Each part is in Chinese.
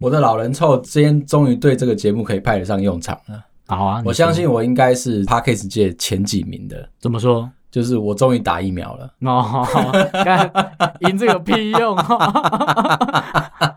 我的老人臭今天终于对这个节目可以派得上用场了。好啊，你我相说信我应该是 Parkes 界前几名的，怎么说？就是我终于打疫苗了。哦， 干赢这个屁用！哦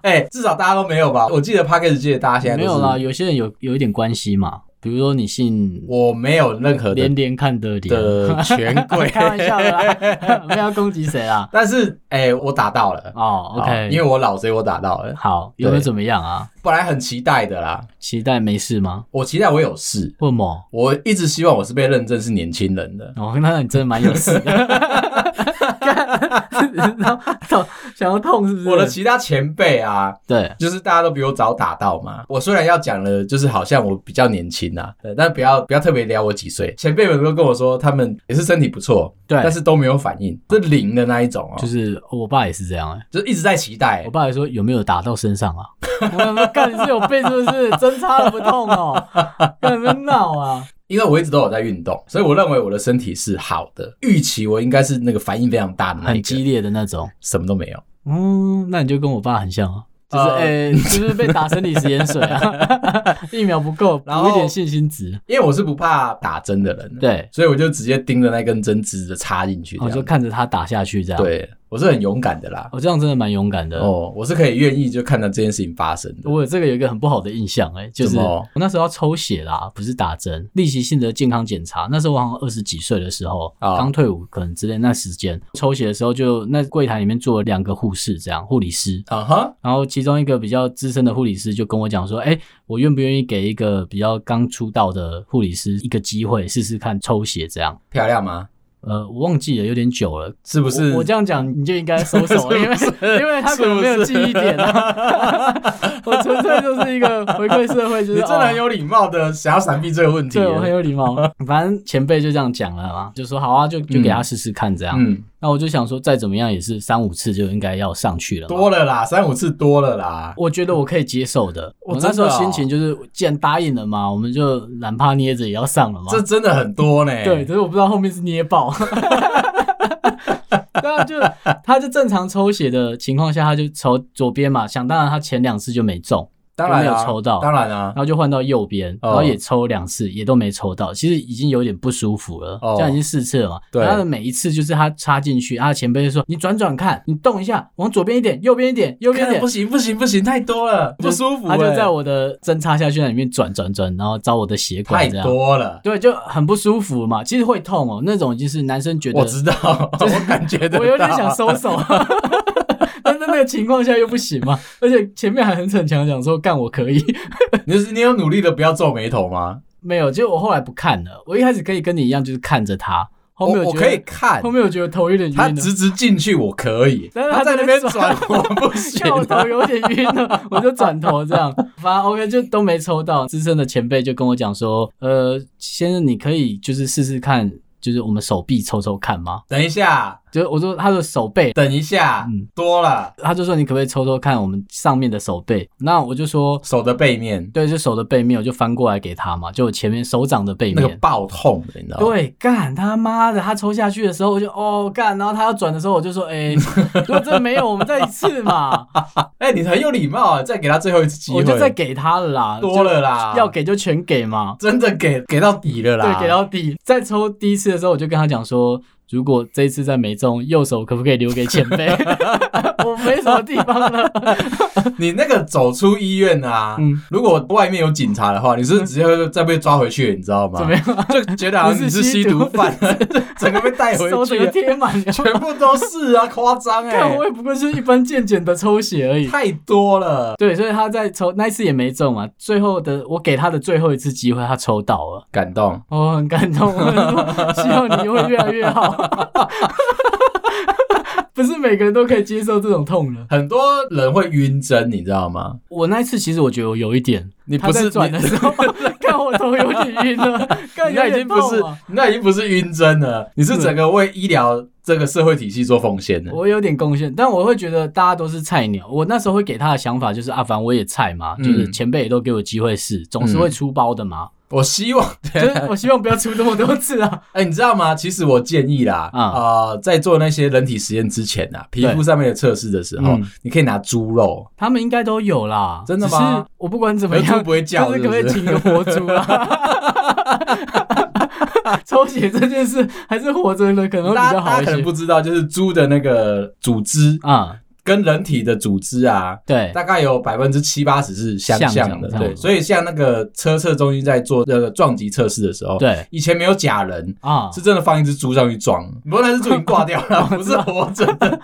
哎、至少大家都没有吧？我记得 Parkes 界大家 现在都没是有啦，，有些人有有一点关系嘛，比如说你姓我没有任何的连连看的脸，的权贵， 开玩笑的啦， 没有要攻击谁啦。但是哎、我打到了。哦好，OK，因为我老，所以我打到了。好有没有对怎么样啊？本来很期待的啦，期待没事吗？我期待我有事，问我。我一直希望我是被认证是年轻人的。哦，那你真的蛮有事 的，干然后痛 想要痛是不是？我的其他前辈啊，对，就是大家都比我早打到嘛。我虽然要讲了，就是好像我比较年轻啊，对但不要不要特别聊我几岁。前辈们都跟我说，他们也是身体不错，对但是都没有反应，是零的那一种哦，就就是是我爸也是这样哎、就是一直在期待我。爸还说有没有打到身上啊？ 我干你是有病是不 是？针插了不痛哦，干你在闹啊？因为我一直都有在运动，所以我认为我的身体是好的。预期我应该是那个反应非常大的那一 很个激，烈的那种。什么都没有。嗯，那你就跟我爸很像啊，就是呃诶、 是不是被打生理食盐水啊？ 疫苗不够，然补后一点信心值。因为我是不怕打针的人，，啊对，所以我就直接盯着那根针直的插进去这我样。就看着他打下去这样。，对，我是很勇敢的啦。我、这样真的蛮勇敢的。哦，我是可以愿意就看到这件事情发生的。嗯我有这个有一个很不好的印象、哎，就是怎么我那时候要抽血啦，不是打针，例行性的健康检查。那时候我好像二十几岁的时候，啊刚、退伍可能之类那时间，抽血的时候就那柜台里面坐了两个护士，这样护理师，啊哈，然后其中一个比较资深的护理师就跟我讲说：“哎，我愿不愿意给一个比较刚出道的护理师一个机会，试试看抽血这样漂亮吗？？”呃，我忘记了，有点久了。是不是？我我这样讲你就应该收手 了，因为因为他可能没有记忆点啊。 我纯粹就是一个回馈社会，就你是真的很哦有礼貌的想要闪避这个问题。对我很有 礼貌。反正前辈就这样讲了嘛，就说好啊，就就给他试试看这样。嗯，那我就想说，再怎么样也是三五次就应该要上去了嘛。多了啦，三五次多了啦。我觉得我可以接受的。哦我那时真候的哦心情就是，既然答应了嘛，我们就懒怕捏着也要上了嘛。这真的很多呢。对，只是我不知道后面是捏爆。 对啊，就他就正常抽血的情况下，他就抽左边嘛，想当然他前两次就没中，当然有没啊有抽到当然啊然。后就换到右边，哦然后也抽两次，也都没抽到，其实已经有点不舒服了，哦这样已经四次了嘛。对然后他的每一次就是他插进去，他的前辈就说：“你转转看，你动一下，往左边一点，右边一点，右边一看点。”不行不行不行，太多了，不舒服欸。他就在我的针插下去那里面转转转，然后找我的血太管这样，多了，对，就很不舒服嘛。其实会痛哦，那种已经是男生觉得我知道， 我感觉得到。我有点想收 手，但在那个情况下又不行嘛，而且前面还很逞强讲说干我可以， 你是你有努力的不要皱眉头吗？没有，结果我后来不看了。我一开始可以跟你一样，就是看着他，后面我我觉可以得看后，面我觉得头有点晕他了。直直进去我可以，但是他他在那在边那边转 我不行笑头有点晕了，我就转头这样， 反正 OK 就都没抽到。资深的前辈就跟我讲说，呃，先生你可以就是试试看，就是我们手臂抽抽看吗？等一下，就是我说他的手背，等一下嗯，多了他就说你可不可以抽抽看我们上面的手背？那我就说。手的背面对，就手的背面，我就翻过来给他嘛，就我前面手掌的背那面，哦个爆痛的，你知道吗？对，干他妈的，他抽下去的时候我就哦干，然后他要转的时候我就说， 哎、如果这没有，我们再一次 嘛，哎，你很有礼貌啊，再给他最后一次机会，我就再给他了啦，多了啦，就要给就全给嘛，真的给给到底了啦，对，给到底。再抽第一次的时候，我就跟他讲说，如果这一次再没中，右手可不可以留给前 辈？我没什么地方了，你那个走出医院啊 嗯，如果外面有警察的话，你是直接会再被抓回去，你知道吗？怎么样？就觉得好像你是吸毒犯， 整个被带回 手整个去，啊贴满 了，全部都是 啊，夸张哎看，我也不过是一般健检的抽血而已。太多了，对，所以他在抽那一次也没中嘛，最后的我给他的最后一次机会，他抽到了。感动。我、很感动，我说希望你会越来越好。 不是每个人都可以接受这种痛了。很多人会晕针，你知道吗？我那一次其实我觉得我有一点，你他不是在转的时 候，看我头有点晕了，看你那已经不是，啊你那已经不是晕针了，你是整个为医疗这个社会体系做奉献的。嗯我有点贡献，但我会觉得大家都是菜鸟。我那时候会给他的想法就是，啊，反正我也菜嘛，嗯 就是前辈也都给我机会试，总是会出包的嘛。我希望，就是我希望不要出这么多次啊。哎、你知道吗？其实我建议啦，啊啊、呃，在做那些人体实验之前啊，皮肤上面的测试的时候嗯，你可以拿猪肉，他们应该都有啦，真的只吗是我不管怎么可是猪样，不会叫，就是是可不可以是？请个活猪啊？ 抽血这件事还是活着的可能会大家比较大好家一可能些不知道，就是猪的那个组织啊、跟人体的组织啊，对，大概有百分之七八十是相像的，像对，像所以像那个车测中心在做那个撞击测试的时候，对以前没有假人。啊，是真的放一只猪上去撞，不过那只猪已经挂掉 了，不是活着的，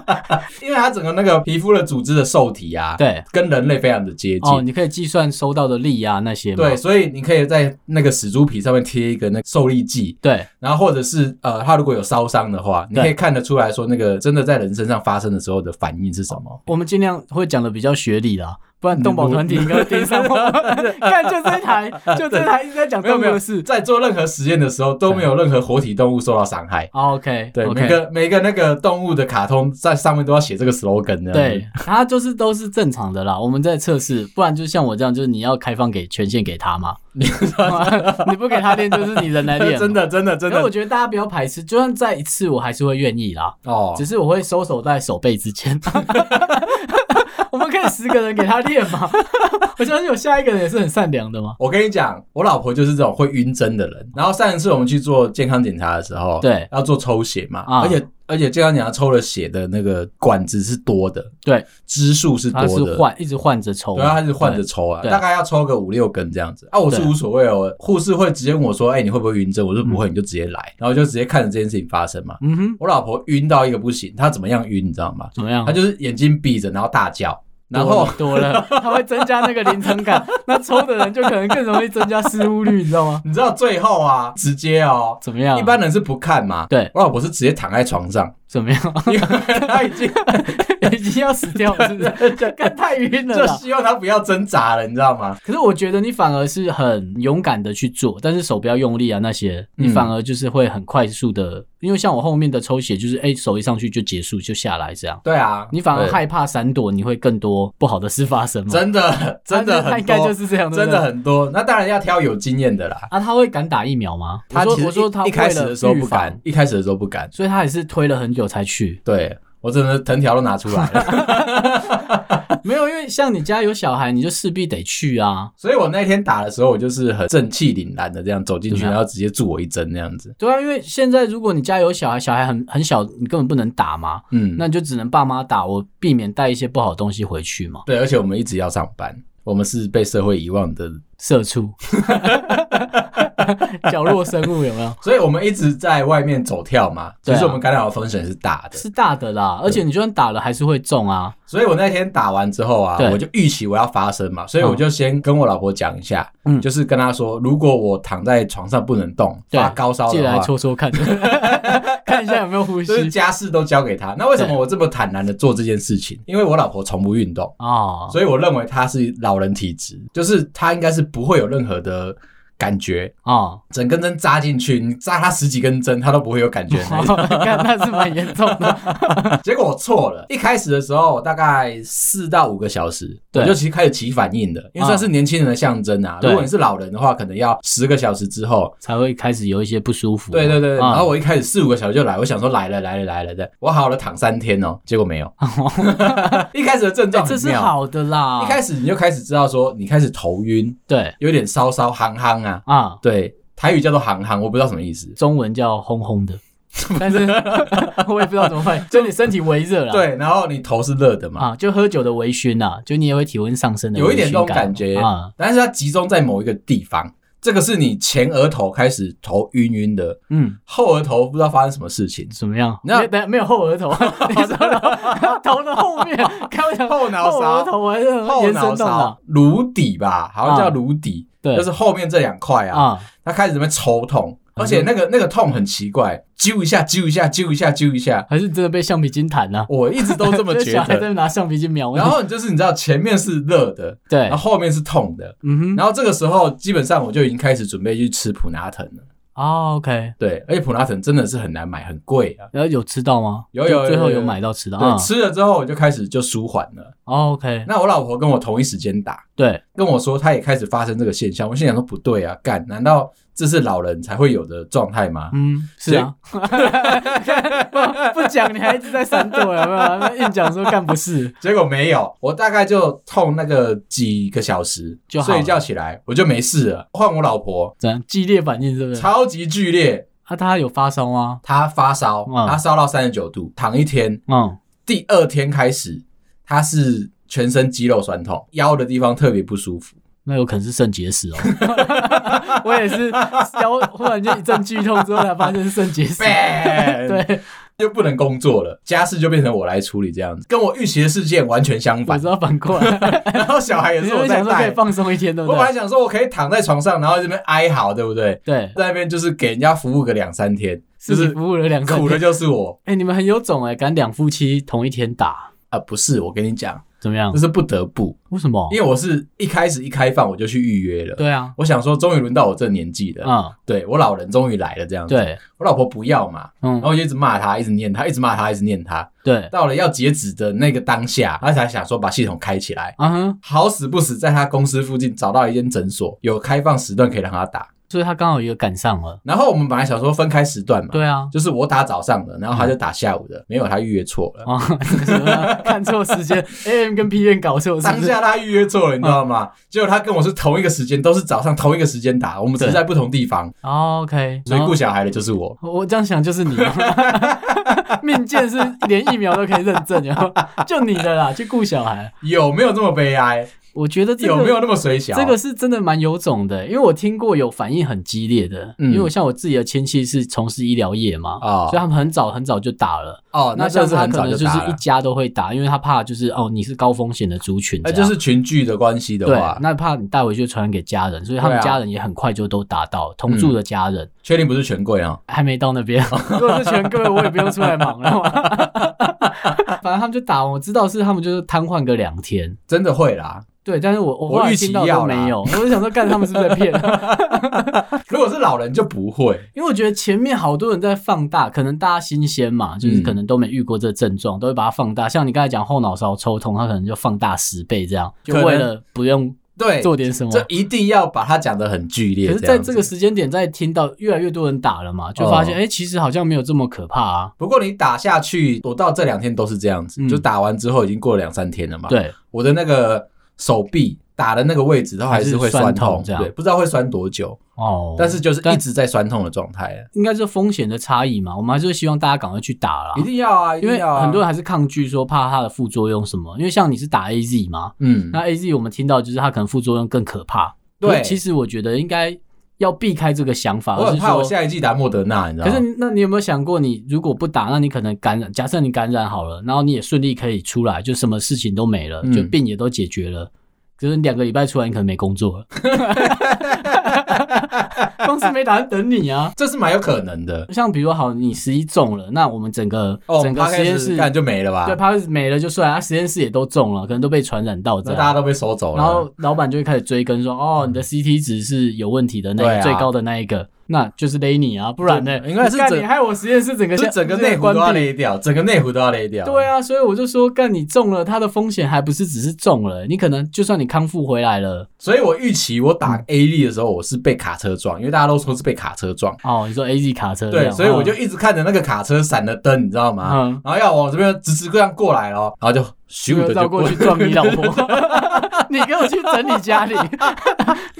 因为它整个那个皮肤的组织的受体啊，对跟人类非常的接近哦，，你可以计算收到的力啊那些嘛。对，所以你可以在那个死猪皮上面贴一个那个受力剂，对然后或者是呃，它如果有烧伤的话，你对可以看得出来说那个真的在人身上发生的时候的反应是什么。我们尽量会讲的比较学理啦，不然动保团体应该会盯上 我们。 看，就这一台，就这一台一直在讲没有动物没有的，事。在做任何实验的时候都没有任何活体动物受到伤害。哦 OK，对 o 每 k 个每个那个动物的卡通在上面都要写这个 slogan 的。对，它就是都是正常的啦。我们在测试，不然就像我这样，就是你要开放给权限给 他嘛，你不给他练，就是你人来练嘛。真的真的真因为我的觉得大家不要排斥，就算再一次，我还是会愿意啦。哦只。是我会收手在手背之间。 我们可以十个人给他练嘛？ 我相信有下一个人也是很善良的嘛。我跟你讲，我老婆就是这种会晕针的人。然后上一次我们去做健康检查的时候，对要做抽血嘛，啊而且而且健康检查抽了血的那个管子是多的，对，支数是他多是的，换一直换着抽，对啊，他是换着对。抽啊，对大概要抽个五六根这样子啊。我是对无所谓哦，护士会直接问我说：“哎、你会不会晕针？”我说：“不会，你就直接来。”然后就直接看着这件事情发生嘛。嗯哼，我老婆晕到一个不行，她怎么样晕你知道吗？怎么样她？就是眼睛闭着，然后大叫，然后多了，多了它会增加那个临场感，那抽的人就可能更容易增加失误率，你知道吗？你知道最后啊，直接哦，怎么样？一般人是不看嘛。嗯对我老婆是直接躺在床 上，怎么样？因为她 已经已经要死掉了，是不 是？干太晕了就啦。希望她不要挣扎了，你知道吗？可是我觉得你反而是很勇敢的去做，但是手不要用力啊那些，你嗯反而就是会很快速的，因为像我后面的抽血就是，哎、手一上去就结束就下来这样，对啊，你反而对害怕闪躲，你会更多不好的事发生嘛？真的真 的他很应该就多，是这样，对真不的对很多。那当然要挑有经验的啦。啊，他会敢打疫苗吗？他我其说实我说他一一开始为了的时候预不防敢，，一开始的时候不敢。。所以他也是推了很久才去对我真的藤条都拿出来 了，没有，因为像你家有小孩，你就势必得去啊。所以我那天打的时候，我就是很正气凛然的这样走进去，对啊然后直接助我一针那样子。对啊，因为现在如果你家有小孩，小孩很很小，你根本不能打嘛，嗯，那你就只能爸妈打。我避免带一些不好的东西回去嘛。对，而且我们一直要上班，我们是被社会遗忘的，社畜，角落生物有没 有？所以我们一直在外面走跳嘛，对其啊实我们感染的风险是大的。是大的啦，而且你就算打了还是会中啊。所以我那天打完之后啊，对我就预期我要发生嘛，所以我就先跟我老婆讲一下，嗯就是跟她说，如果我躺在床上不能动，对发高烧借的来话。戳戳 看，看一下有没有呼吸就是家事都交给她。那为什么对我这么坦然的做这件事情？因为我老婆从不运动，哦。所以我认为他是老人体质，就是他应该是不会有任何的感觉，哦，。整根针扎进去，你扎他十几根针，他都不会有感觉 哦看那是蛮严重的。结果我错了，一开始的时候我大概四到五个小时，对嗯我就其实开始起反应了，因为算是年轻人的象征啊。对如果你是老人的话，可能要十个小时之后。才会开始有一些不舒服。对对对，啊然后我一开始四五个小时就来，我想说来了来了来了的，我好了躺三天哦，结果没有。 一开始的症状哎这很是妙，好啊的啦。一开始你就开始知道说你开始头晕，对有点烧烧憨憨啊，啊，对，台语叫做“行行”，我不知道什么意思。中文叫轰 轰的，但是 我也不知道怎么会，就你身体微热啦。对，然后你头是热的嘛，啊，就喝酒的微醺呐，就你也会体温上升的微醺，有一点这种感觉啊。但是它集中在某一个地方，这个是你前额头开始头晕晕的，嗯，后额头不知道发生什么事情，怎么样？那没有等下没有后额头，啊 你说的头的后面，开玩笑，后脑后额勺，头啊还是后延脑伸到啊勺，颅底吧，好像叫颅底，对就是后面这两块哪啊，啊，它开始在那边抽痛，嗯而且那个那个痛很奇怪，揪一下，揪一下，揪一下，揪一下，还是真的被橡皮筋弹了？我一直都这么觉小孩 在得。那拿橡皮筋瞄你，然后就是你知道前面是热的，对然后，后面是痛的，嗯哼，然后这个时候，基本上我就已经开始准备去吃普拿疼了。哦，OK，对，而且普拿疼真的是很难买，很贵啊。然后有吃到吗？有就有有最后有有有买到吃到啊对，吃了之后我就开始就舒缓了。哦，OK，那我老婆跟我同一时间打，对，跟我说她也开始发生这个现象，我心想说不对啊，干，难道这是老人才会有的状态吗？嗯，是啊，不讲你还一直在闪躲，有没有？硬讲说干不是，结果没有，我大概就痛那个几个小时，就好了睡觉起来我就没事了。换我老婆，怎样激烈反应是不是？超级剧烈，啊，他有发烧吗？她发烧，嗯她烧到三十九度，躺一天，嗯，第二天开始她是全身肌肉酸痛，腰的地方特别不舒服。那有可能是肾结石哦。哦 我也是腰忽然间一阵剧痛之后才发现是肾结石。 Bang！ 对，又不嗯能工作了，家事就变成我来处理这样子，跟我预期的事件完全相我反知。道反过来，然后小孩也你是 是不我是在想 说可以带，放松一天，对不我本来对？想说我可以躺在床上，然后这边哀嚎，对不对？对，在那边就是给人家服务个两三天，就是是你服务了两苦的 个。就是我哎，你们很有种哎，敢两夫妻同一天打，啊，不是我跟你讲，怎么样这？是不得不，为什么？因为我是一开始一开放我就去预约了，对啊，我想说终于轮到我这年纪了，嗯，对我老人终于来了这样子，对，我老婆不要嘛，嗯然，后我就一直骂她，一直念她，一直骂她，一直念她，对，到了要截止的那个当下，她才想说把系统开起来。啊哼，好死不死，在他公司附近找到一间诊所，有开放时段可以让他打。所以他刚好也赶上了。然后我们本来想说分开时段嘛，对嗯啊，就是我打早上的，然后他就打下午的，没有他预约错了。哦， 看错时间，AM 跟 PM 搞错是嗯当不是？下他预约错了，你知道吗？结果他跟我是同一个时间，都是早上同一个时间打，我们只是对在不同地方，哦，OK，所以然后顾小孩的就是我。我这样想就是你，啊 命贱是连疫苗都可以认证，然后就你的啦，去顾小孩。有没有这么悲哀？我觉得这个有没有那么水小？这个是真的蛮有种的，因为我听过有反应很激烈的，嗯因为我像我自己的亲戚是从事医疗业嘛，哦所以他们很早很早就打了。哦，那真像的是他很可早能就是打一了，家都会打，因为他怕就是哦你是高风险的族群这呃，样，就是群聚的关系的啊对话，，那怕你带回去传染给家人，所以他们对啊嗯家人也很快就都达到，同住的家人、确定不是权贵啊？还没到那 边。如果是全哥，我也不用出来忙了嘛。反正他们就打，我知道是他们就是瘫痪个两天。真的会啦。对，但是我我我后来预期听到要都啦没有，我就想说，干他们是不是在 骗？如果是老人就不会，因为我觉得前面好多人在放大，可能大家新鲜嘛，就是嗯可能都没遇过这症状，都会把它放大。像你刚才讲后脑勺抽痛，他可能就放大十倍这样，就可能为了不用对，做点什么。这一定要把它讲得很剧烈。可是，在样子这个时间点，在听到越来越多人打了嘛，就发现哦哎、诶其实好像没有这么可怕啊。不过你打下去，我到这两天都是这样子，嗯就打完之后已经过了两三天了嘛。，对，我的那个手臂打的那个位置都还是会还是酸痛痛，这样对，不知道会酸多久，哦，但是就是但一直在酸痛的状态，啊应该是风险的差异嘛，我们还是希望大家赶快去打啦一，定要啊，一因定为要啊，很多人还是抗拒说怕它的副作用什么，因为像你是打 A Z 嘛，嗯，那 A Z 我们听到就是它可能副作用更可怕，可对，啊是其实我觉得应该要避开这个想法，我而很是怕我说。下一季打莫德纳，你知道可吗？是，那你有没有想过，你如果不打，那你可能感染。假设你感染好了，然后你也顺利可以出来，就什么事情都没了，嗯就病也都解决了。可是你两个礼拜出来，你可能没工 作了，公司没打算等你啊。这是蛮有可能的像比如好，你十一中了，那我们整个、哦，整个趴开实验始室干就没了吧对，？怕没了就算了，啊实验室也都中了，可能都被传染到这那大家样。都被收走了，然后老板就会开始追根说，哦，你的 CT 值是有问题的那嗯对个啊最高的那一个，那就是勒你啊，不然呢？应该是干整你害我实验室整个就现整个现在内湖关都要闭。勒掉，整个内湖都要勒掉。对啊，所以我就说，干你中了，它的风险还不是只是中了，你可能就算你康复回来了，所以我预期我嗯打 A 力的时候，我是被卡车撞，因为大家都说是被卡车撞。哦，你说 A Z 卡车这对，样所以我就嗯一直看着那个卡车闪的灯，你知道吗？嗯，然后要往这边直直这样过来咯，然后就咻的绕就过去去。撞你老婆， 你给我去整理 家里，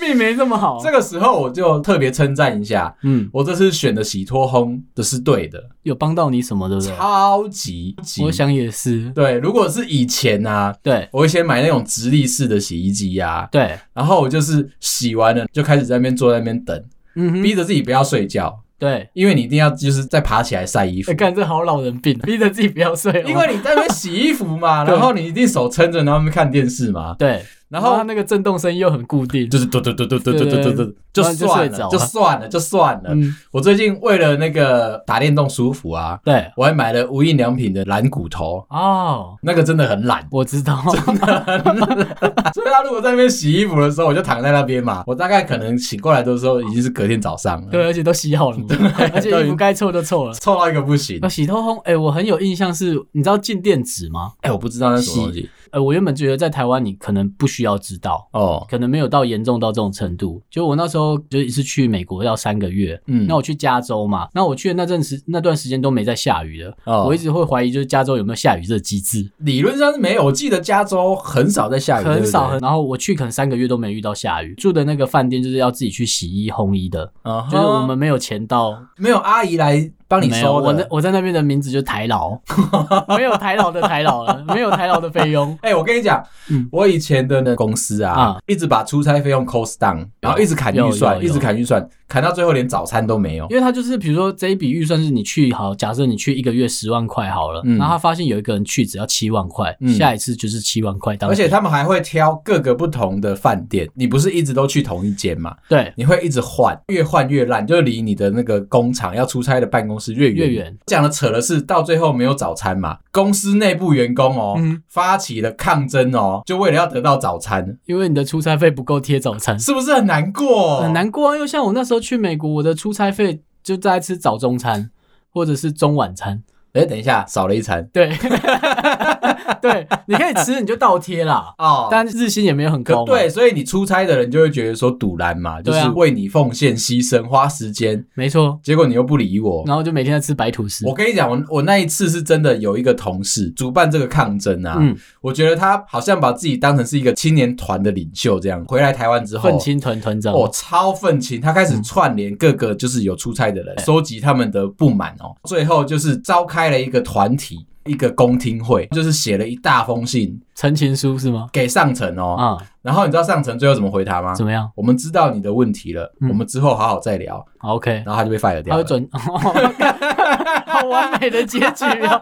命没这么好。这个时候我就特别称赞一下，嗯，我这次选的洗脱烘的是对的，有帮到你什么，对不对？超级级我。想也是，对，如果是以前啊，对我会先买那种直立式的洗衣机呀、啊，对，然后我就是洗完了就开始在那边坐在那边等，嗯哼，逼着自己不要睡觉，对。因为你一定要就是再爬起来晒衣服 哎，。干这好老人病，逼 着自己不要睡哦。因为你在那边洗衣服嘛， 对然后你一定手撑着，然后在那边看电视嘛。对然后后它那个震动声音又很固定，就是嘟嘟嘟嘟嘟嘟嘟嘟嘟，就然后你就睡算着了，了就算了，就算了。嗯，我最近为了那个打电动舒服啊，对，我还买了无印良品的懒骨头，哦，那个真的很懒。 我知道，所以他如果在那边洗衣服的时候，我就躺在那边嘛，我大概可能醒过来的时候已经是隔天早上了， 对，，而且都 洗好了嘛，而且都已衣服经该臭都臭了。臭到一个不行那。洗头烘，哎、我很有印象是，你知道静电子吗？哎，我不知道那是什么东西呃，我原本觉得在台湾你可能不需要知道，哦，可能没有到严重到这种程度。就我那时候就一次去美国要三个月，嗯，那我去加州嘛，那我去的那阵时那段时间都没在下雨的，哦我一直会怀疑就是加州有没有下雨这个机制，理论上是没有，我记得加州很少在下雨，对很不对少很。然后我去可能三个月都没遇到下雨，住的那个饭店就是要自己去洗衣烘衣的，啊哈就是我们没有钱到没有阿姨来帮你没有，收我在的。我在那边的名字就台劳， 没有台劳的台劳了，没有台劳的费用。哎、我跟你讲，嗯我以前的那公司啊，啊一直把出差费用 cost down，然后一直砍预有算，有一直砍预算，砍到最后连早餐都没有。因为他就是，比如说这一笔预算是你去好，假设你去一个月十万块好了，嗯然后他发现有一个人去只要七万块，嗯下一次就是七万块当而底。且他们还会挑各个不同的饭店，你不是一直都去同一间嘛？对你会一直换，越换越烂，就离你的那个工厂要出差的办公室越远。越远讲的扯的是，到最后没有早餐嘛？公司内部员工哦，嗯发起了抗争哦，就为了要得到早餐，因为你的出差费不够贴早 餐，是不是很难过？很。难过啊。因为像我那时候去美国，我的出差费就在吃早中餐或者是中晚餐。哎，等一下，少了一餐对，对，你可以吃你就倒贴啦，哦但日薪也没有很高可嘛。对，，所以你出差的人就会觉得说堵拦嘛，就对啊是为你奉献、牺牲、花时间，没错。结果你又不理我。然后就每天在吃白吐司。哦我跟你讲，我我那一次是真的有一个同事主办这个抗争啊，嗯，我觉得他好像把自己当成是一个青年团的领袖这样。回来台湾之后愤，青嗯团团长，哦，超愤青，他开始串联各个就是有出差的人，收集他们的不满哦。最后就是召开了一个团体。一个公听会，就是写了一大封信陈情书是吗？给上层哦，啊、然后你知道上层最后怎么回他吗？怎么样我们知道你的问题了，嗯我们之后好好再聊。好？OK，然后他就被 fire 他掉会了。准， 好完美的结局啊！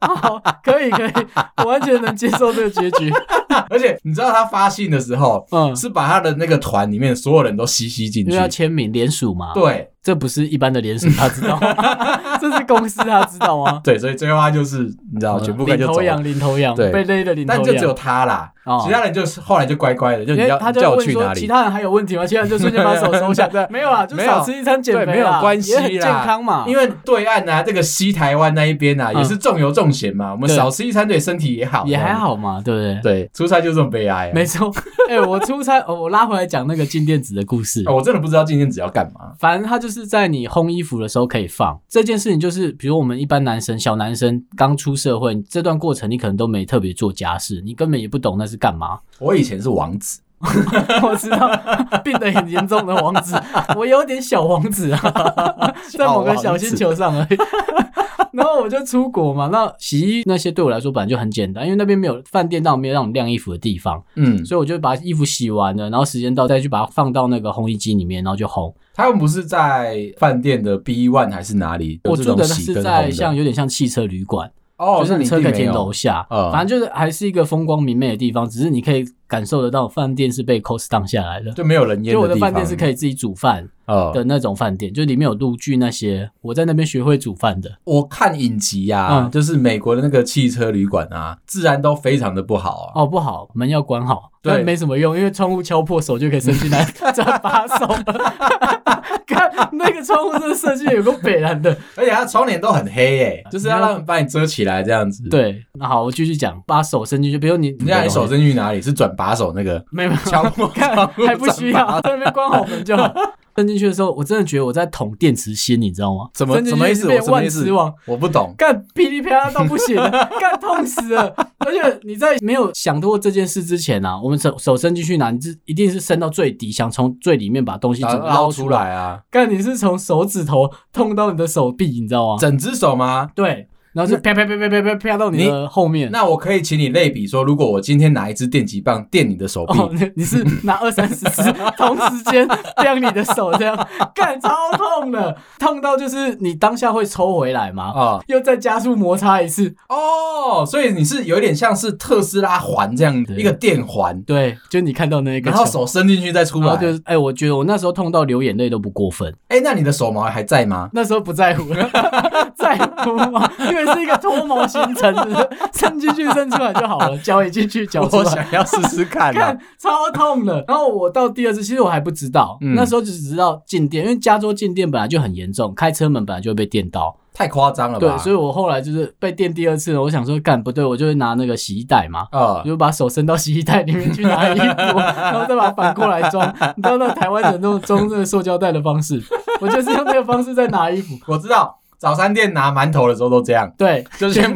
好，可以可以，我完全能接受这个结局。 而且你知道他发信的时候，嗯，是把他的那个团里面所有人都吸吸进因去为。要签名联署嘛，，对这不是一般的联署，他知道， 这是公司他知道吗？对，所以最后他就是你知道，哦全部跟啊领就走头了羊，。领头羊，对被勒的领头但羊。就只有他啦，哦其他人就是后来就乖乖的，就因你为要他你就叫会我问去说，哪其里？他人还有问题吗？其他人就瞬间把手收下对，没有啦，就 没有啊少吃一餐减肥啦，啊对没有关系啦也很健康嘛。因为对岸啊，这个西台湾那一边啊，嗯也是重油重咸嘛，我们对少吃一餐对身体也好，也还。好嘛，对不对？对，出差就这么悲哀啊。没错，哎、我出差，哦，我拉回来讲那个静电子的 故事。啊，我真的不知道今天只要干嘛。反正它就是在你烘衣服的时候可以放这件事情，就是比如我们一般男生、小男生刚出社会，这段过程你可能都没特别做家事，你根本也不懂那是干嘛。我以前是王子， 我知道病得很严重的王 子，我有点小王子啊，在某个小星球上而已。 然后我就出国嘛，那洗衣那些对我来说本来就很简单，因为那边没有饭店，那种没有让你晾衣服的地方。嗯，所以我就把衣服洗完了，然后时间到再去把它放到那个烘衣机里面，然后就烘。他们不是在饭店的 B One 还是哪里？有我这住种的洗是跟烘在的像有点像汽车旅馆，哦，就是那你一车定可以没停有楼下，嗯反正就是还是一个风光明媚的地方，只是你可以感受得到饭店是被 cost down 下来的。就没有人烟就我的地饭方。店是可以自己煮饭哦，的那种饭店，就里面有陆剧那些，我在那边学会煮饭的。我看影集呀、嗯就是美国的那个汽车旅馆啊，治安都非常的不好啊。哦，不好，门要关好，对但没什么用，因为窗户敲破手就可以伸进来 再把手。 看那个窗户真的设计得有个北蓝的，而且它窗帘都很黑诶、就是要让人把你遮起来这样子。，对，那好，我继续讲，把手伸进去，比如你，人家你手伸进去哪里？是转把手那 个没有没有，敲门看窗户还不需转把要，在那边关好门 就好。伸进去的时候，我真的觉得我在捅电池芯，你知道吗？怎么伸进去什么意思？就我变什么意万思磁王？，我不懂。干噼里啪啦到不 行了，干痛死了。而且你在没有想过这件事之前啊，我们手手伸进去拿，你是一定是伸到最底，想从最里面把东西然整后个捞出出。来啊，干，你是从手指头痛到你的手臂，你知道吗？整只手吗？对，然后就啪啪啪啪啪啪啪到你的后面。那我可以请你类比说，如果我今天拿一支电击棒电你的手臂，哦，你你是拿二三十支同时间亮你的手，这样干超痛的，痛到就是你当下会抽回来嘛，啊又再加速摩擦一次，哦，所以你是有点像是特斯拉环这样对一个电环，对，就你看到那个然球，后手伸进去再出然来后。就是，哎、我觉得我那时候痛到流眼泪都不过分，哎、那你的手毛还在吗？那时候不在乎， 在乎吗？因为是一个脱毛行程，是不是伸进去伸出来就好了，脚也进去，脚 出我来。想要试试 看啊看超痛的，然后我到第二次，其实我还不知道，嗯那时候只知道静电，因为加州静电本来就很严重，开车门本来就会被电到，太夸张了吧？对，所以我后来就是被电第二次了，我想说干不对，我就会拿那个洗衣袋嘛，啊我，就把手伸到洗衣袋里面去拿 衣服，然后再把它反过来装。你知道那台湾人那种装那个塑胶袋的方式，我就是用这个方式在拿衣服。我知道，早餐店拿馒头的时候都这样，对，就先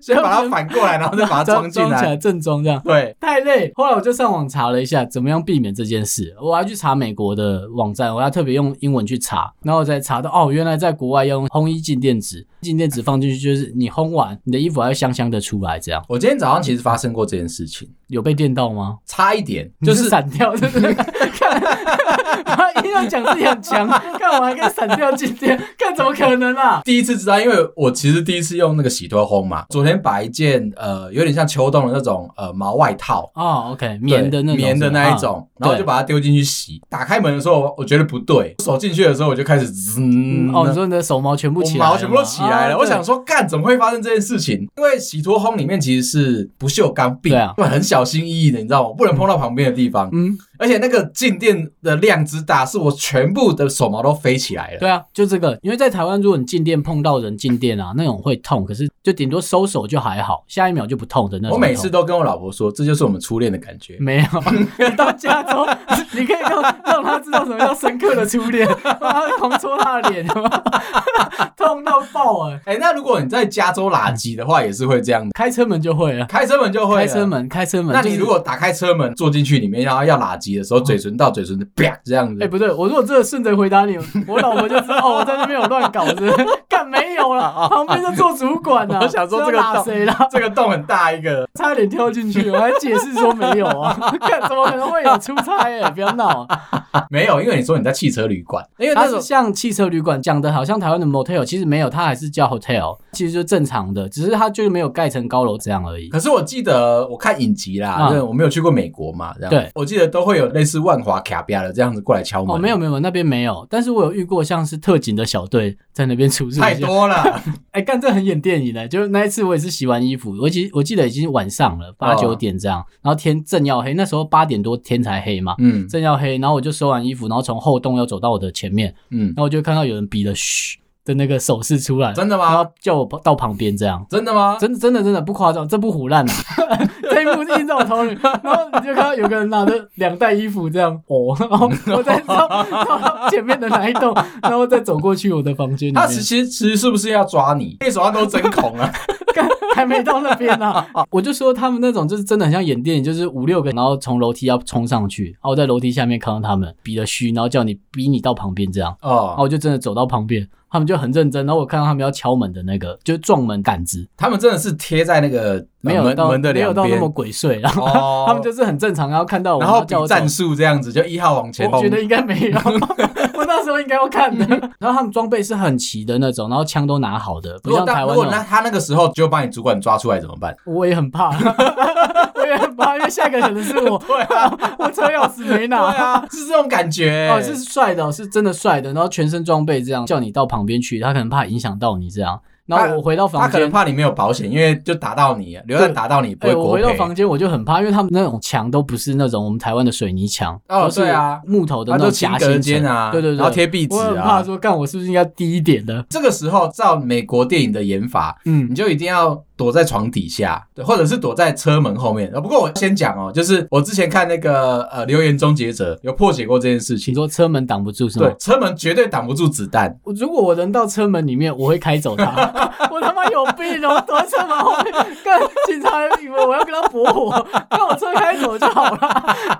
先把它反过来，然后再把它装进 装起来来。正装这样。对，太累，后来我就上网查了一下怎么样避免这件事，我还去查美国的网站，我要特别用英文去查，然后我才查到哦，原来在国外要用烘衣静电纸，静电纸放进去就是你烘完，你的衣服还会香香的出来，这样我今天早上其实发生过这件事情，有被电到吗？差一点就就是是散掉，对 不对？ 看，一定要讲自己很强，干嘛跟散掉今天？看怎么可能啊？第一次知道，因为我其实第一次用那个洗脱烘嘛，昨天把一件呃有点像秋冬的那种呃毛外套。哦，OK，棉的那种，对嗯棉的那一种，然后我就对把它丢进去洗。打开门的时候，我觉得不对，手进去的时候我就开始滋、嗯。哦，你说你的手毛全部我起来了吗，毛全部都起来了。哦我想，说，干怎么会发生这件事情？因为洗脱烘里面其实是不锈钢壁，对啊很小心翼翼的，你知道吗？不能碰到旁边的地方。对嗯，而且那个静电的量之大，是我全部的手毛都飞起来了。对啊，就这个，因为在台湾，如果你静电碰到人静电啊，那种会痛，可是就顶多收手就还好，下一秒就不痛的那种我痛。每次都跟我老婆说，这就是我们初恋的感觉。没有， 你到加州，你可以让让他知道什么叫深刻的初恋， 他狂戳他的脸， 痛到爆哎、哎、那如果你在加州垃圾的话，也是会这样的，开车门就会啊了。开车门就会了开车。门，开车门。那嗯就你是嗯如果打开车门坐进去里面，然后要垃圾的时候，嘴唇到嘴唇啪这样哎、子，不对，我如果真的顺着回答 你，我老婆就知道哦，我在那边有乱搞是不 是，干没有了，旁边就做主管了、我想说这个是要打洞谁啦？ 这个洞很大一 个。差点跳进去，我还解释说没有 啊，看怎么可能会有出差哎、不要闹、 啊。没有，因为你说你在汽车旅馆，因为它那种是像汽车旅馆讲的，好像台湾的 motel，其实没有，它还是叫 hotel，其实就正常的，只是它就是没有盖成高楼这样而已。可是我记得我看影集啦，嗯对，我没有去过美国嘛，这样。对，我记得都会有类似万华卡比亚的这样子过来敲门。哦，没有，没有，那边没有，但是我有遇过像是特警的小队在那边出入一下太多 了。哎，干这很演电影呢，就是那一次我也是洗完衣服，我记我记得已经晚上了八九点这样，然后天正要黑，那时候八点多天才黑嘛，嗯正要黑，然后我就收完衣服，然后从后洞要走到我的前面，嗯然，后我就看到有人比了嘘的那个手势出来，真的然吗？后叫我到旁边这样。真的吗？真的真的真的不夸张，这不胡乱啊！ 这一幕印在我头里，然后你就看到有个人拿着两袋衣服这样，哦，然后我再到到前面的那一栋，然后再走过去我的房间里面。他其实其实是不是要抓 你？你手上都针孔啊了。干还没到那边呢、 我就说他们那种就是真的很像演电影，就是五六个，然后从楼梯要冲上去，然后我在楼梯下面看到他们比了虚，然后叫你逼你到旁边这样，然后哦，我就真的走到旁边，他们就很认真，然后我看到他们要敲门的那个，就是撞门杆子，他们真的是贴在那个呃没有门到门的没有两到那边么。鬼祟，然后哦 他们就是很正常，然后看到我，然后比叫我走战术这样子，就一号往前我轰觉。得应该没有， 我那时候应该要看的。嗯 然后他们装备是很齐的那种，然后枪都拿好的，不如果像当台如湾果那那种。他那个时候就把你主管抓出来怎么 办？我也很怕，我也很怕，因为下一个可能是我，对 啊， 我车钥匙没对拿。啊， 是这种感觉。哦欸哦，是帅的哦，是真的帅的，然后全身装备这样，叫你到旁边去，他可能怕影响到你这样。然后我回到他房可间能，怕你没有保险，因为就打到你，流弹打到你不哎、会我国回到赔。房间我就很怕，因为他们那种墙都不是那种我们台湾的水泥墙，哦都是对啊木头的啊那都种清夹隔心间层啊，对对对，然后贴壁纸我很怕啊。说，干我是不是应该低一点的？这个时候，照美国电影的演法，嗯你，就一定要躲在床底下，对，或者是躲在车门后面。呃不过我先讲哦，就是我之前看那个呃《留言终结者》有破解过这件事情，请说车门挡不住是吗对，？车门绝对挡不住子弹，我如果我人到车门里面，我会开走 他。我他妈有病哦！我躲在车门后面，干警察以为我要跟他搏火，让我车开走就好了。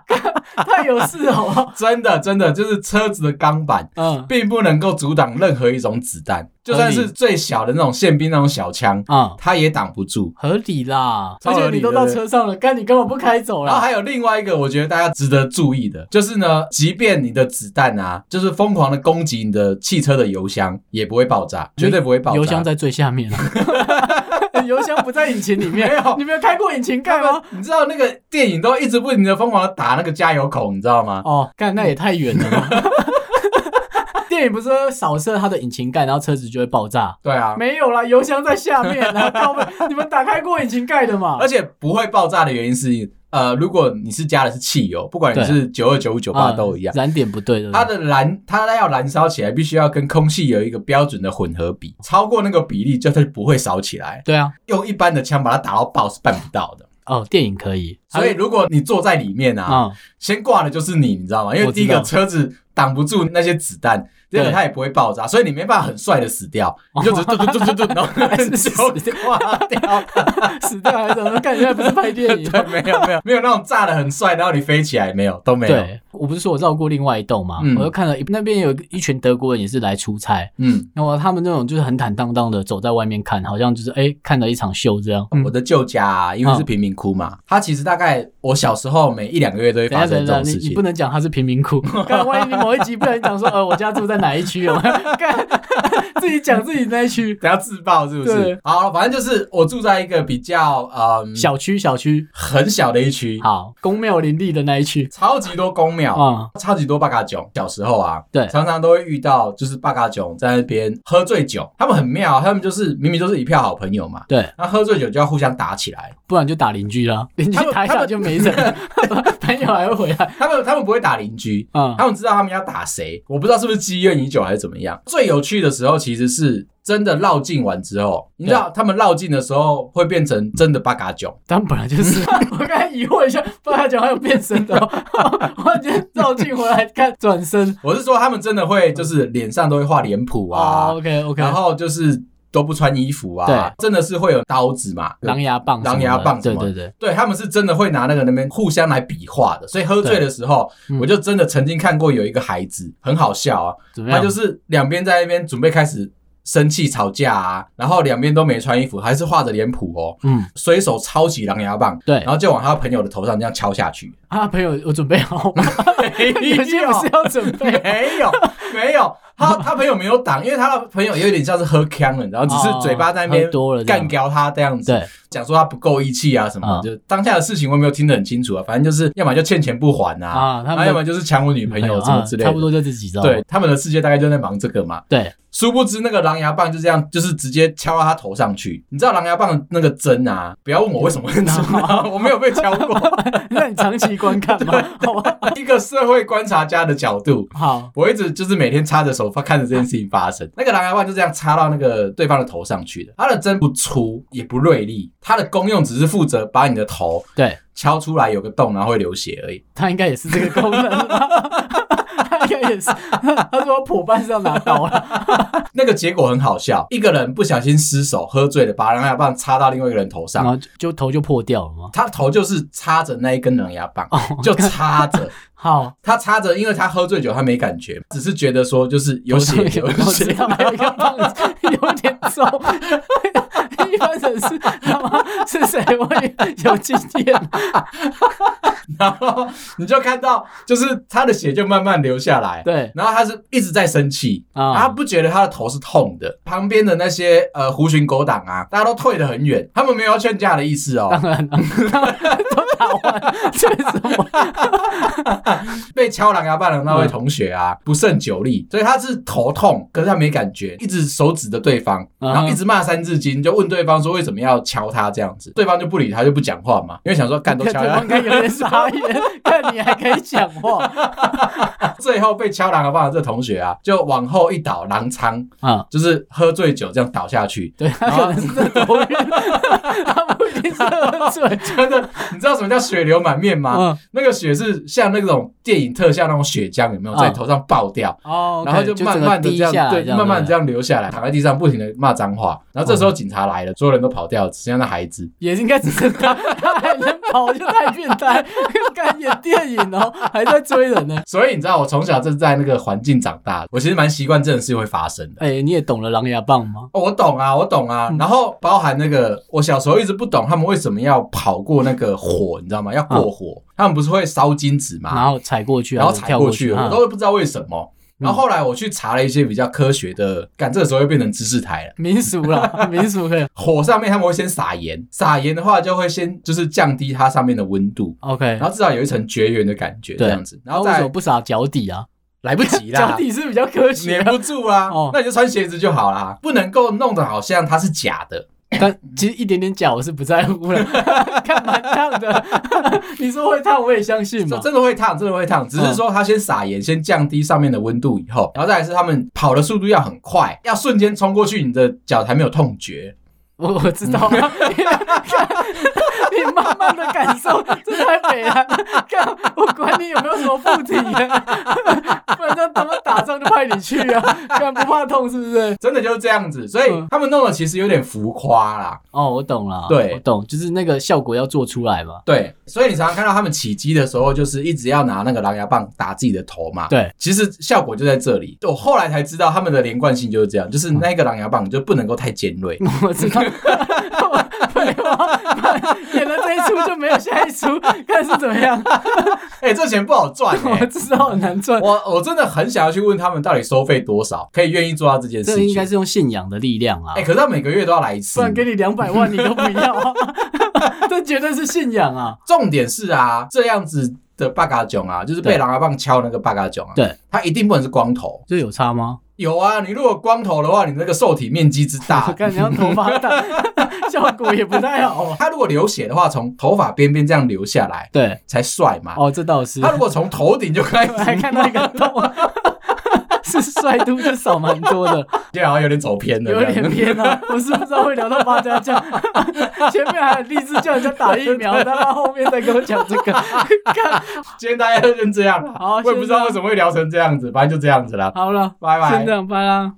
干 太有事好不好？真的真的就是车子的钢板嗯并不能够阻挡任何一种子弹，就算合是理最小的那种宪兵那种小枪，啊，它也挡不住。合理啦。超而合理且你都到对不对车上了，干你根本不开走然后啦。还有另外一个，我觉得大家值得注意的，就是呢，即便你的子弹啊，就是疯狂的攻击你的汽车的油箱，也不会爆炸，绝对不会爆炸。油箱在最 下面啊，油箱不在引擎里面。没有你没有开过引擎盖干吗嘛？？啊你知道那个电影都一直不停的疯狂的打那个加油孔，你知道吗？哦，干那也太远 了吧。电影不是说扫射它的引擎盖，然后车子就会爆炸？对啊，没有啦，油箱在下面啊！靠背，你们打开过引擎盖的嘛 而？且不会爆炸的原因是，呃，如果你是加的是汽油，不管你对是九二九五九八嗯都一样，燃点不对，对不它对？的燃它要燃烧起来，必须要跟空气有一个标准的混合比，超过那个比例就它就不会烧起来。对啊，用一般的枪把它打到爆是办不到的。哦，电影可以，所以如果你坐在里面啊，啊，先挂的就是你，你知道吗？因为我知第道一个车子挡不住那些子弹，第二个对它也不会爆炸，所以你没办法很帅的死掉，你就只是嘟嘟嘟嘟嘟，然后是就挂掉。啊死掉还是怎么？感觉不是拍 电影。对，没有没有没有那种炸的很帅，然后你飞起来没有都没有。对，我不是说我绕过另外一栋嘛，嗯我就看了一那边有一群德国人也是来出差，嗯，然后他们那种就是很坦荡荡的走在外面看，好像就是哎、看了一场秀这样。嗯我的舅家啊，因为是贫民窟嘛，他其实大概我小时候每一两个月都会等发一下，生等一这下，种你事你情不。能讲他是贫 民窟，干万一你某一集不小心讲说，呃，我家住在哪一区有没有？干 自己讲自己那一区等下自爆是不是对？好，反正就是我住在一个比较嗯小区小区，很小的一区，好，公庙林立的那一区超级多公庙，啊、超级多八嘎囧。小时候啊，对常常都会遇到就是八嘎囧在那边喝醉酒，他们很妙，啊他们就是明明就是一票好朋友嘛，对，那喝醉酒就要互相打起来，不然就打邻居啦，邻居他们打一他打们就没人了， 朋友还会回来他们他们不会打邻居，啊、他们知道他们要打谁，我不知道是不是积怨已久还是怎么样。最有趣的时候其实是真的绕境完之后，你知道他们绕境的时候会变成真的八嘎囧，他们本来 就是，我刚才疑惑一下，八嘎囧还有变身的、哦， 我完全绕进回来看转身。我是说他们真的会就是脸上都会画脸谱啊，哦，OK OK，然后就是都不穿衣服啊，对真的是会有刀子嘛，狼牙棒什么狼的，牙棒什对么对对，对他们是真的会拿那个那边互相来比划的，所以喝醉的时候对嗯，我就真的曾经看过有一个孩子很好笑啊，怎么他样？就是两边在那边准备开始生气吵架啊，然后两边都没穿衣服，还是画着脸谱哦，嗯，随手抄起狼牙棒，对然后就往他朋友的头上这样敲下去。啊，朋友，我准 备好吗？没有些不是要准备吗没有，没有，他他朋友没有挡，因为他的朋友有点像是喝呛了，然 后只是嘴巴在那哦喝多了边这样干掉他这样子，对，讲说他不够义气啊什么啊的，就当下的事情我也没有听得很清楚啊，反正就是要么就欠钱不还啊，啊，他然后们要么就是抢我女朋友什么之类啊的差不，多就这几招。对，他们的世界大概就在忙这个嘛。对， 殊不知那个狼牙棒就这样，就是直接敲到他头上去。你知道狼牙棒的那个针啊？不要问我为什么会知道，啊我没有被敲过。 那你长期观看嘛，好吧？一个社会观察家的角度， 好，我一直就是每天插着手发看着这件事情发生。那个狼牙棒就这样插到那个对方的头上去的。它的针不粗也不锐利，它的功用只是负责把你的头对敲出来有个洞，然后会流血而已。他应该也是这个功能吧。他应该也是，他说我伙伴是要拿刀了，那个结果很好笑，一个人不小心失手喝醉了，把狼牙棒插到另外一个人头上然。后就就头就破掉了嘛。他头就是插着那一根狼牙棒，哦， 就插着。好，他插着，因为他喝醉酒，他没感觉，只是觉得说就是有 血我知道有我知血。道还有一个棒子有点重，一般人是他妈是谁会有经验？然后你就看到，就是他的血就慢慢流下来。对然后他是一直在生气，然后他啊，不觉得他的头是痛的。旁边的那些呃狐群狗党啊，大家都退得很远，他们没有要劝架的意思哦当。然了，都打完，这是什么？被敲狼牙棒的嗯那位同学啊，不胜酒力，所以他是头痛，可是他没感觉，一直手指着对方，嗯哼然后一直骂三字经，就问对方说为什么要敲他这样子，对方就不理他，就不讲话嘛，因为想说干都对敲方了，该有点傻眼，看你还可以讲话 最后被敲狼牙棒的这同学啊，就往后一倒狼仓，啊。就是喝醉酒这样倒下去。 对他可能是在头晕，他不一定是喝醉。真的，你知道什么叫血流满面吗？嗯，那个血是像那种电影特效那种血浆，有没有嗯在头上爆掉？哦然后就慢慢的这样，对，慢慢地这样，样流下来，躺在地上不停的骂脏话。然后这时候警察来了，所有人都跑掉，只剩下那孩子。也应该只是他，他还能跑就太变态，干演电影哦，还在追人呢。所以你知道，我从小就是在那个环境长大的，我其实蛮习惯这种事情会发生的。 哎、你也懂了《琅琊榜》吗？哦，我懂啊，我懂啊。然后包含那个，我小时候一直不懂他们为什么要跑过那个火，你知道吗？要过火，他们不是会烧金纸吗？然后踩过去啊，然后踩跳过去去，我啊，都不知道为什么。然后后来我去查了一些比较科学的，干这个时候又变成知识台了。民俗 啦，民俗可以。火上面他们会先撒盐，撒盐的话就会先就是降低它上面的温度， OK，然后至少有一层绝缘的感觉对这样子。然然后后为什再么不撒脚底啊？来不及脚啦，底是比较科学粘啊、不住啊哦，那你就穿鞋子就好啦，不能够弄得好像它是假的。但其实一点点脚我是不在乎 了，看蛮烫的。 你说会烫，我也相信这嘛。真的会烫，真的会哦烫，只是说它先撒盐，先降低上面的温度以后，然后再来是他们跑的速度要很快，要瞬间冲过去，你的脚才没有痛觉。我我知道、啊，你慢慢的感受，这太美 了。看我管你有没有什么附体、啊， 不然让他们打仗就派你去啊，看不怕痛是不是？真的就是这样子，所以嗯他们弄的其实有点浮夸啦。哦，我懂了，对我懂，就是那个效果要做出来嘛。对，所以你常常看到他们起机的时候，就是一直要拿那个狼牙棒打自己的头嘛。对，其实效果就在这里。我后来才知道他们的连贯性就是这样，就是那个狼牙棒就不能够太尖 锐。 我知道，没有啊，演了这一出就没有下一出，看是怎么 样。哎、这钱不好赚、 我欸。知道很难赚，我我真的很想要去问他们到底收费多少，可以愿意做到这件事这情。应该是用信仰的力量啊哎、，可是他每个月都要来一次不。然给你两百万你都不要、啊， 这绝对是信仰啊！重点是啊，这样子的八嘎囧啊，就是对被狼牙棒敲那个八嘎囧啊，对，他一定不能是光头。这有差吗？有啊，你如果光头的话，你那个受体面积之我 大，看你要头发大， 效果也不太好啊。哦他如果流血的话，从头发边边这样流下来对，才帅嘛。哦，这倒是。他如果从头顶就开我还始，看到一个洞啊， 是帅度就少蛮多的，就好像有点走偏了。有点。偏啊。我是不知道会聊到八家将， 前面还很励志叫人家打疫 苗，他妈后面再跟我讲这个。看 今天大家就先这样啦，好我也不知道先这样为什么会聊成这样子，反正就这样子啦，好了，拜拜先这。样，拜啦。